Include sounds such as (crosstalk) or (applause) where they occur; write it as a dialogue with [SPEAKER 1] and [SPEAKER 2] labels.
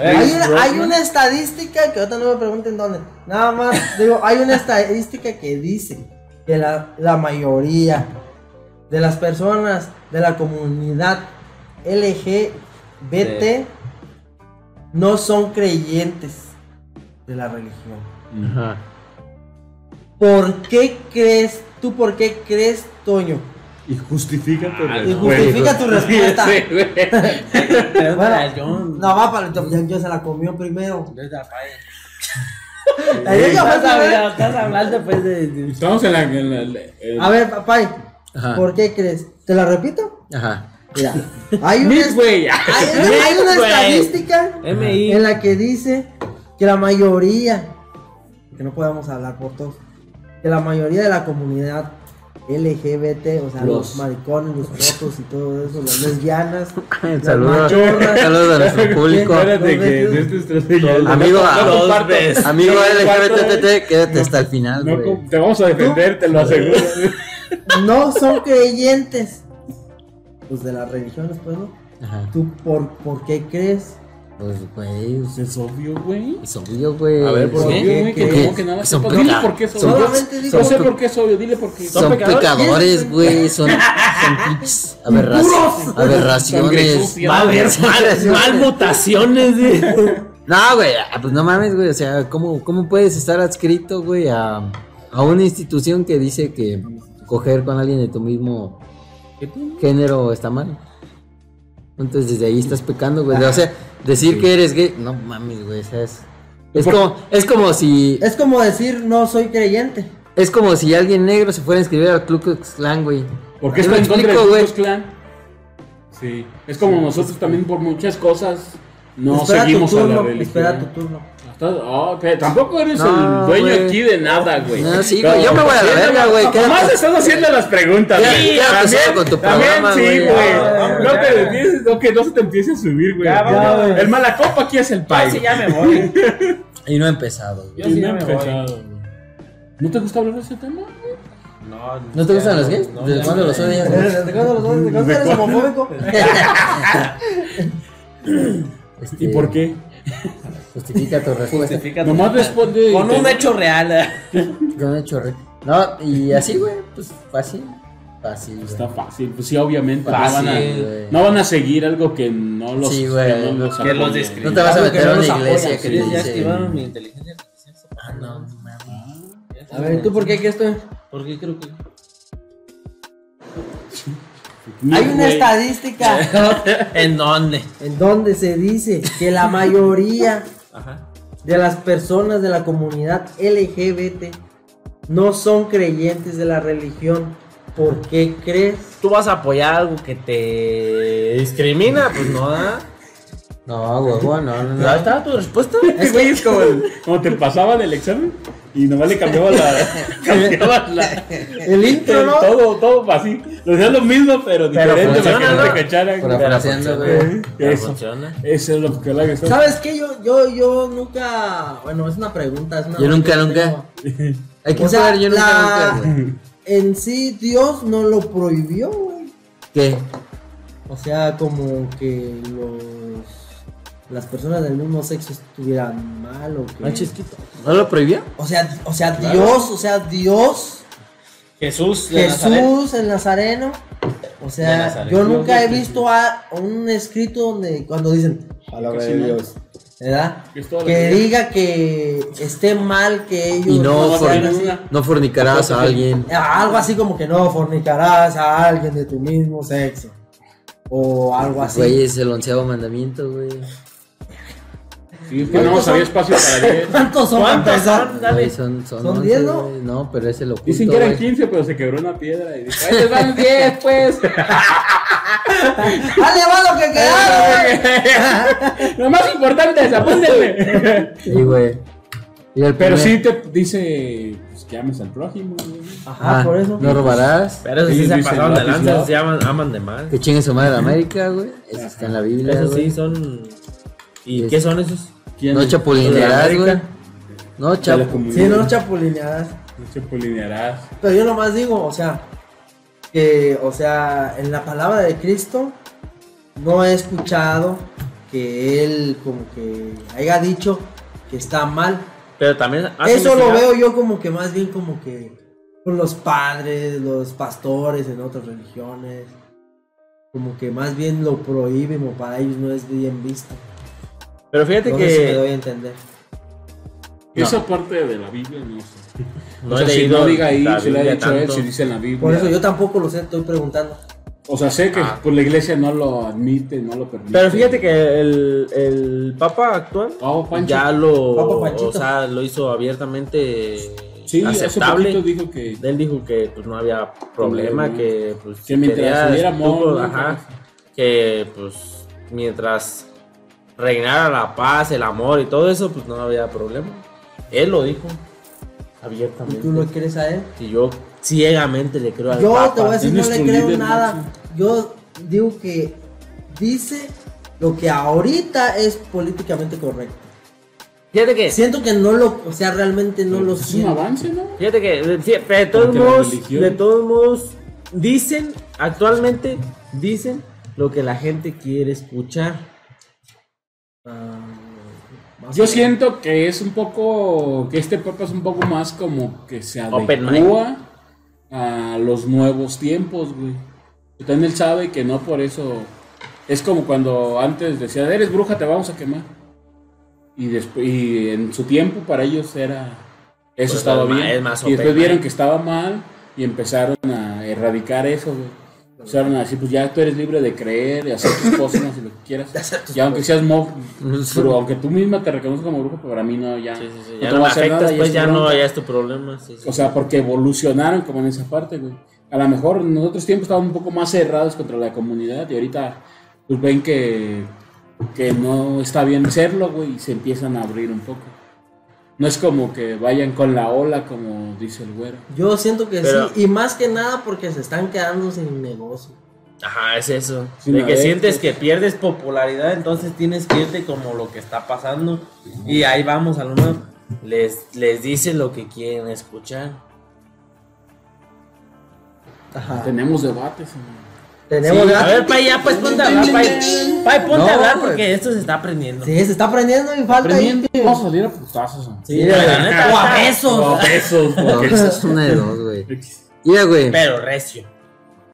[SPEAKER 1] ver,
[SPEAKER 2] hay, una, hay
[SPEAKER 1] Rodman.
[SPEAKER 2] una estadística que ahorita no me pregunten dónde. Nada más, (laughs) digo, hay una estadística que dice que la, la mayoría de las personas de la comunidad LGBT
[SPEAKER 1] Sí.
[SPEAKER 2] no son creyentes de la religión.
[SPEAKER 1] Ajá.
[SPEAKER 2] ¿Por qué crees, tú por qué crees, Toño?
[SPEAKER 3] Y justifica tu
[SPEAKER 2] Ah, Y justifica tu
[SPEAKER 1] (laughs)
[SPEAKER 2] respuesta.
[SPEAKER 1] Sí, güey.
[SPEAKER 2] Bueno,
[SPEAKER 1] John.
[SPEAKER 2] No va para yo, yo se la comió primero. (laughs)
[SPEAKER 1] Sí,
[SPEAKER 2] Ella fue ¿eh?
[SPEAKER 1] Estás
[SPEAKER 2] primero.
[SPEAKER 1] hablando- estás hablando, pues, de- de-
[SPEAKER 3] Estamos en la. En la- el-
[SPEAKER 2] A ver, papá,
[SPEAKER 1] Ajá.
[SPEAKER 2] ¿por qué crees? ¿Te la repito?
[SPEAKER 1] Ajá.
[SPEAKER 2] Mira, hay una, est-
[SPEAKER 1] Midway.
[SPEAKER 2] hay- hay una
[SPEAKER 1] Midway.
[SPEAKER 2] estadística
[SPEAKER 1] MI.
[SPEAKER 2] en la que dice que la mayoría, que no podemos hablar por todos, que la mayoría de la comunidad LGBT, o sea, los,
[SPEAKER 1] Los.
[SPEAKER 2] maricones, los fotos y todo eso, las lesbianas, las
[SPEAKER 4] Saludos,
[SPEAKER 2] machorras.
[SPEAKER 4] saludos Eh,
[SPEAKER 3] (laughs)
[SPEAKER 4] a nuestro público.
[SPEAKER 3] Espérate que
[SPEAKER 2] Dos
[SPEAKER 3] de
[SPEAKER 2] veces.
[SPEAKER 3] esta estrategia.
[SPEAKER 1] Dos-
[SPEAKER 4] Amigo,
[SPEAKER 1] No
[SPEAKER 4] a-
[SPEAKER 1] comparto.
[SPEAKER 4] amigo
[SPEAKER 3] No comparto,
[SPEAKER 4] LGBTT, quédate hasta el final,
[SPEAKER 3] No,
[SPEAKER 4] güey.
[SPEAKER 3] com- te vamos a defender, te lo aseguro.
[SPEAKER 2] No son creyentes. Pues de las religiones, pues, ¿no?
[SPEAKER 4] Ajá.
[SPEAKER 2] ¿Tú por, por qué crees?
[SPEAKER 4] Pues, güey, pues,
[SPEAKER 3] Es obvio, güey.
[SPEAKER 4] es obvio, güey.
[SPEAKER 1] A ver, ¿por
[SPEAKER 4] Son-
[SPEAKER 1] qué?
[SPEAKER 3] Obvio, güey, que
[SPEAKER 4] ¿Qué?
[SPEAKER 3] no, que nada más
[SPEAKER 4] Son
[SPEAKER 3] sepa- Dile
[SPEAKER 4] peca-
[SPEAKER 3] por qué es
[SPEAKER 4] son-
[SPEAKER 3] obvio.
[SPEAKER 2] Solamente digo
[SPEAKER 3] No sé
[SPEAKER 4] son-
[SPEAKER 3] por qué es obvio, dile por qué.
[SPEAKER 4] Son pecadores, güey. Son, son pinches aberra-
[SPEAKER 2] Impuros.
[SPEAKER 1] Sangre
[SPEAKER 4] aberraciones.
[SPEAKER 1] sucia. Va a
[SPEAKER 4] (laughs)
[SPEAKER 1] haber (laughs) mal, mutaciones.
[SPEAKER 4] No, güey, ah, pues no mames, güey. O sea, ¿cómo, cómo puedes estar adscrito, güey, a, a una institución que dice que coger con alguien de tu mismo género está mal? Entonces desde ahí estás pecando, güey. O sea, decir que eres gay, no mames, güey. O sea, es, es como, es como si
[SPEAKER 2] Es como decir, no soy creyente.
[SPEAKER 4] es como si alguien negro se fuera a inscribir al Ku Klux Klan, güey.
[SPEAKER 3] Porque
[SPEAKER 4] Yo
[SPEAKER 3] está
[SPEAKER 4] me
[SPEAKER 3] en contra
[SPEAKER 4] explico,
[SPEAKER 3] de
[SPEAKER 4] güey.
[SPEAKER 3] Ku Clan. Sí. Es como nosotros también por muchas cosas no
[SPEAKER 2] espera
[SPEAKER 3] seguimos
[SPEAKER 2] tu
[SPEAKER 3] a
[SPEAKER 2] turno,
[SPEAKER 3] la religión.
[SPEAKER 2] espera tu turno.
[SPEAKER 3] Hasta- oh, pero tampoco eres
[SPEAKER 4] No,
[SPEAKER 3] el dueño
[SPEAKER 4] güey.
[SPEAKER 3] aquí de nada, güey.
[SPEAKER 4] No, sí,
[SPEAKER 3] Pero-
[SPEAKER 4] güey, yo me voy a la verga, güey, quédate.
[SPEAKER 3] Nomás estás haciendo las preguntas,
[SPEAKER 4] Ya-
[SPEAKER 3] güey.
[SPEAKER 4] ya empezaste con tu programa,
[SPEAKER 3] también sí,
[SPEAKER 4] güey.
[SPEAKER 3] güey.
[SPEAKER 2] Ah, vamos,
[SPEAKER 3] No
[SPEAKER 2] ya, ya.
[SPEAKER 3] te empieces, no, que no se te empiece a subir, güey.
[SPEAKER 1] Ya,
[SPEAKER 2] vamos, ya, güey.
[SPEAKER 3] El malacopa aquí es el
[SPEAKER 1] Yo
[SPEAKER 3] país.
[SPEAKER 1] sí ya me voy.
[SPEAKER 4] Y no he empezado, güey.
[SPEAKER 1] Yo sí ya me voy.
[SPEAKER 3] ¿No te gusta hablar de ese tema?
[SPEAKER 1] No,
[SPEAKER 4] ¿No te gustan los gays?
[SPEAKER 1] No,
[SPEAKER 4] ¿Desde
[SPEAKER 1] ya
[SPEAKER 4] cuándo
[SPEAKER 1] no.
[SPEAKER 4] los odias? güey?
[SPEAKER 2] (laughs) ¿De cuándo los dos? ¿De cuándo (laughs) eres homofóbico?
[SPEAKER 4] Este,
[SPEAKER 3] Pues, ¿Y por qué?
[SPEAKER 4] Justifica tu respuesta.
[SPEAKER 1] Justifica tu-
[SPEAKER 3] Nomás responde.
[SPEAKER 1] pues, Con un hecho real.
[SPEAKER 4] Yo me chorré. No, y así, güey, pues fácil. Fácil. güey.
[SPEAKER 3] Está fácil, pues sí, obviamente.
[SPEAKER 4] Fácil,
[SPEAKER 3] no, van
[SPEAKER 4] güey.
[SPEAKER 3] a, no van a seguir algo que no los.
[SPEAKER 4] Sí, güey.
[SPEAKER 3] que no
[SPEAKER 1] Que los
[SPEAKER 3] apoya.
[SPEAKER 1] describe.
[SPEAKER 4] No te vas a
[SPEAKER 2] Algo que
[SPEAKER 4] meter
[SPEAKER 2] no
[SPEAKER 4] a una
[SPEAKER 2] nos apoya,
[SPEAKER 4] iglesia que
[SPEAKER 2] sí,
[SPEAKER 4] te
[SPEAKER 1] Ya
[SPEAKER 4] dice.
[SPEAKER 1] activaron mi inteligencia artificial.
[SPEAKER 4] Ah, no, no mames.
[SPEAKER 2] A ver, ¿tú por qué crees estoy?
[SPEAKER 1] ¿Por qué creo que.?
[SPEAKER 3] No,
[SPEAKER 2] Hay una
[SPEAKER 3] güey.
[SPEAKER 2] estadística
[SPEAKER 3] (laughs)
[SPEAKER 1] ¿En dónde?
[SPEAKER 2] en donde se dice que la mayoría
[SPEAKER 1] Ajá.
[SPEAKER 2] de las personas de la comunidad LGBT no son creyentes de la religión. ¿Por qué crees?
[SPEAKER 1] ¿Tú vas a apoyar algo que te discrimina? Pues no, ¿ah?
[SPEAKER 4] No, huevo, no, no,
[SPEAKER 1] ¿Ahí
[SPEAKER 4] no.
[SPEAKER 1] estaba tu respuesta?
[SPEAKER 3] Este güey es como, el- como te pasaban el examen y nomás le cambiaba la. cambiaba la
[SPEAKER 2] (laughs) El intro, ¿no?
[SPEAKER 3] todo, todo así. Lo hacían lo mismo, pero
[SPEAKER 1] Pero
[SPEAKER 3] diferente para que
[SPEAKER 1] funciona,
[SPEAKER 3] no
[SPEAKER 1] ¿no?
[SPEAKER 3] te cacharan.
[SPEAKER 4] Pero
[SPEAKER 3] Pero
[SPEAKER 4] fraseando,
[SPEAKER 3] funciona.
[SPEAKER 4] güey.
[SPEAKER 3] Eso.
[SPEAKER 1] funciona.
[SPEAKER 3] Eso es lo que la que está-
[SPEAKER 2] ¿Sabes qué? Yo, yo, yo nunca. Bueno, es una pregunta. Es una
[SPEAKER 4] Yo nunca,
[SPEAKER 2] pregunta que
[SPEAKER 4] nunca. Hay que
[SPEAKER 2] O sea,
[SPEAKER 4] saber, yo
[SPEAKER 2] la-
[SPEAKER 4] nunca, nunca, güey.
[SPEAKER 2] tengo. En sí, Dios no lo prohibió, güey.
[SPEAKER 4] ¿Qué?
[SPEAKER 2] O sea, como que los. Las personas del mismo sexo estuvieran mal o que.
[SPEAKER 4] ¿No lo prohibió?
[SPEAKER 2] O sea, o sea, Dios, o sea, Dios.
[SPEAKER 1] Jesús de Nazaret.
[SPEAKER 2] Jesús, el Nazareno. O
[SPEAKER 1] De
[SPEAKER 2] sea,
[SPEAKER 1] Nazaret.
[SPEAKER 2] yo
[SPEAKER 1] Dios
[SPEAKER 2] nunca he
[SPEAKER 3] del
[SPEAKER 2] visto a un escrito donde cuando dicen palabra de Dios, ¿verdad?
[SPEAKER 3] Que es toda la
[SPEAKER 2] Que
[SPEAKER 3] vida.
[SPEAKER 2] diga que esté mal que ellos
[SPEAKER 4] Y no,
[SPEAKER 3] No,
[SPEAKER 4] forni-
[SPEAKER 2] sean
[SPEAKER 3] no,
[SPEAKER 2] así.
[SPEAKER 3] no.
[SPEAKER 4] no fornicarás a alguien.
[SPEAKER 2] algo así como que no fornicarás a alguien de tu mismo sexo o algo así.
[SPEAKER 4] Güey, es el onceavo mandamiento, güey.
[SPEAKER 3] Sí, es que no había espacio para 10.
[SPEAKER 2] ¿Cuántos son para
[SPEAKER 1] ¿Cuántos
[SPEAKER 2] empezar?
[SPEAKER 1] son?
[SPEAKER 4] Güey,
[SPEAKER 1] Dale.
[SPEAKER 4] Son, son,
[SPEAKER 2] ¿Son
[SPEAKER 4] 11,
[SPEAKER 2] diez, no?
[SPEAKER 4] güey. No, pero es el
[SPEAKER 3] (laughs)
[SPEAKER 4] oculto,
[SPEAKER 3] Dicen que eran
[SPEAKER 4] güey.
[SPEAKER 3] 15, pero se quebró una piedra. Y dijo, ¡ay, les van
[SPEAKER 1] (laughs)
[SPEAKER 3] 10, pues!
[SPEAKER 2] Dale, va lo que quedaron.
[SPEAKER 3] lo más importante
[SPEAKER 1] (laughs)
[SPEAKER 3] es apúntenle.
[SPEAKER 4] Sí, güey. Y el
[SPEAKER 3] Pero
[SPEAKER 4] primer-
[SPEAKER 3] sí te dice pues, que ames al prójimo. güey.
[SPEAKER 2] Ajá,
[SPEAKER 4] Ah,
[SPEAKER 2] por eso.
[SPEAKER 4] No robarás.
[SPEAKER 1] Pero eso
[SPEAKER 3] Ellos
[SPEAKER 1] sí se
[SPEAKER 3] dicen,
[SPEAKER 1] pasaron de
[SPEAKER 3] "Lápiz,
[SPEAKER 1] lanzas,
[SPEAKER 3] ¿no?"
[SPEAKER 1] se aman, aman de más.
[SPEAKER 4] Que chingue su madre América, güey. Eso está en la Biblia.
[SPEAKER 1] Eso sí,
[SPEAKER 4] güey.
[SPEAKER 1] son. ¿Y
[SPEAKER 4] Es-
[SPEAKER 2] Este-
[SPEAKER 1] qué son esos?
[SPEAKER 3] ¿Quién?
[SPEAKER 4] No chapulinearás,
[SPEAKER 1] De
[SPEAKER 4] güey.
[SPEAKER 1] América.
[SPEAKER 4] No,
[SPEAKER 3] De la
[SPEAKER 4] chapu.
[SPEAKER 3] comunidad.
[SPEAKER 2] Sí, no chapulineadas.
[SPEAKER 3] No chapulinearás.
[SPEAKER 2] Pero yo nomás digo, o sea, que, o sea, en la palabra de Cristo no he escuchado que él como que haya dicho que está mal.
[SPEAKER 1] Pero también. has
[SPEAKER 2] Eso lo
[SPEAKER 1] investigado-
[SPEAKER 2] veo yo como que más bien como que por los padres, los pastores en otras religiones. Como que más bien lo prohíben o para ellos no es bien visto.
[SPEAKER 1] Pero fíjate
[SPEAKER 2] No
[SPEAKER 1] que.
[SPEAKER 2] sé si me doy a entender.
[SPEAKER 1] No.
[SPEAKER 3] Esa parte de la Biblia no sé.
[SPEAKER 1] No he
[SPEAKER 3] o sea, si
[SPEAKER 1] leído
[SPEAKER 3] no diga ahí,
[SPEAKER 1] la
[SPEAKER 3] si lo ha
[SPEAKER 1] Biblia
[SPEAKER 3] dicho él,
[SPEAKER 1] tanto.
[SPEAKER 3] si dice en la Biblia.
[SPEAKER 2] Por eso yo tampoco lo sé, estoy preguntando.
[SPEAKER 3] O sea, sé que
[SPEAKER 1] Ah.
[SPEAKER 3] pues, la iglesia no lo admite, no lo permite.
[SPEAKER 1] Pero fíjate que el, el Papa actual
[SPEAKER 3] Oh, Pancho.
[SPEAKER 1] ya lo,
[SPEAKER 2] Papa Panchito.
[SPEAKER 1] o sea, lo hizo abiertamente
[SPEAKER 3] sí, hace
[SPEAKER 1] aceptable.
[SPEAKER 3] poquito dijo que,
[SPEAKER 1] Él dijo que pues, no había problema,
[SPEAKER 3] Problema.
[SPEAKER 1] que pues, si
[SPEAKER 3] que mientras
[SPEAKER 1] querías,
[SPEAKER 3] hubiera
[SPEAKER 1] tú,
[SPEAKER 3] amor,
[SPEAKER 1] pues, ajá, que pues mientras reinara la paz, el amor y todo eso, pues no había problema. Él lo dijo
[SPEAKER 2] ¿Y
[SPEAKER 1] abiertamente.
[SPEAKER 2] tú lo crees a él?
[SPEAKER 1] Y yo ciegamente le creo al
[SPEAKER 2] Yo
[SPEAKER 1] Papa.
[SPEAKER 2] te voy a decir,
[SPEAKER 3] es
[SPEAKER 2] no le
[SPEAKER 3] nuestro
[SPEAKER 2] creo
[SPEAKER 3] líder
[SPEAKER 2] nada.
[SPEAKER 3] máximo.
[SPEAKER 2] Yo digo que dice lo que ahorita es políticamente correcto.
[SPEAKER 1] Fíjate que
[SPEAKER 2] Siento que no lo, o sea, realmente no
[SPEAKER 3] Pero,
[SPEAKER 2] lo
[SPEAKER 3] pues, es un
[SPEAKER 2] siento.
[SPEAKER 3] avance, ¿no?
[SPEAKER 1] Fíjate que de, fí- de todos
[SPEAKER 3] Porque la
[SPEAKER 1] modos,
[SPEAKER 3] religión-
[SPEAKER 1] de todos modos, dicen, actualmente dicen lo que la gente quiere escuchar.
[SPEAKER 2] Ah, más
[SPEAKER 3] Yo
[SPEAKER 2] o menos.
[SPEAKER 3] siento que es un poco, que este papa es un poco más como que se
[SPEAKER 1] Open
[SPEAKER 3] adecua a los nuevos tiempos, güey. Pero También él sabe que no por eso, es como cuando antes decía, eres bruja, te vamos a quemar. Y, después, y en su tiempo para ellos era, eso
[SPEAKER 1] Pues
[SPEAKER 3] estaba
[SPEAKER 1] es más-
[SPEAKER 3] bien.
[SPEAKER 1] es más
[SPEAKER 3] y después
[SPEAKER 1] open
[SPEAKER 3] vieron
[SPEAKER 1] mind.
[SPEAKER 3] que estaba mal y empezaron a erradicar eso, güey. Empezaron a decir, pues ya tú eres libre de creer, de hacer tus cosas, y lo que quieras. Y aunque seas mob, pero aunque tú misma te reconozcas como brujo, para mí no, ya.
[SPEAKER 1] Sí, sí, sí,
[SPEAKER 3] no
[SPEAKER 1] Ya no,
[SPEAKER 3] te va
[SPEAKER 1] me
[SPEAKER 3] a hacer
[SPEAKER 1] afectas,
[SPEAKER 3] nada, ya
[SPEAKER 1] pues
[SPEAKER 3] es
[SPEAKER 1] ya
[SPEAKER 3] tu
[SPEAKER 1] no,
[SPEAKER 3] bronca.
[SPEAKER 1] ya es tu problema. sí, sí.
[SPEAKER 3] O sea, porque evolucionaron como en esa parte, güey. A lo mejor en otros tiempos estaban un poco más cerrados contra la comunidad y ahorita pues ven que, que no está bien serlo, güey, y se empiezan a abrir un poco. No es como que vayan con la ola, como dice el güero.
[SPEAKER 2] Yo siento que
[SPEAKER 1] Pero-
[SPEAKER 2] sí, y más que nada porque se están quedando sin negocio.
[SPEAKER 1] Ajá, es eso.
[SPEAKER 3] Sí,
[SPEAKER 1] de
[SPEAKER 3] la
[SPEAKER 1] que
[SPEAKER 3] ves,
[SPEAKER 1] sientes que
[SPEAKER 3] pues.
[SPEAKER 1] pierdes popularidad, entonces tienes que irte como lo que está pasando. Y ahí vamos, a lo mejor Les, les dice lo que quieren escuchar.
[SPEAKER 2] Ajá.
[SPEAKER 3] Tenemos debates. güey.
[SPEAKER 2] Tenemos
[SPEAKER 1] Sí, pues.
[SPEAKER 2] gato.
[SPEAKER 1] a ver, Pai, ya, pues ponte a hablar, Pai. Pai, ponte
[SPEAKER 4] No,
[SPEAKER 1] a hablar
[SPEAKER 4] güey.
[SPEAKER 1] porque esto se está aprendiendo.
[SPEAKER 2] Sí, se está aprendiendo y falta ahí.
[SPEAKER 3] Aprendiendo, vamos a salir a putazos. güey.
[SPEAKER 2] Sí,
[SPEAKER 1] la
[SPEAKER 2] de-
[SPEAKER 1] neta,
[SPEAKER 2] o a
[SPEAKER 1] está-
[SPEAKER 2] besos.
[SPEAKER 3] No, besos,
[SPEAKER 4] No, (laughs)
[SPEAKER 3] porque-
[SPEAKER 4] eso es una de dos, güey. Mira, güey.
[SPEAKER 1] Pero recio.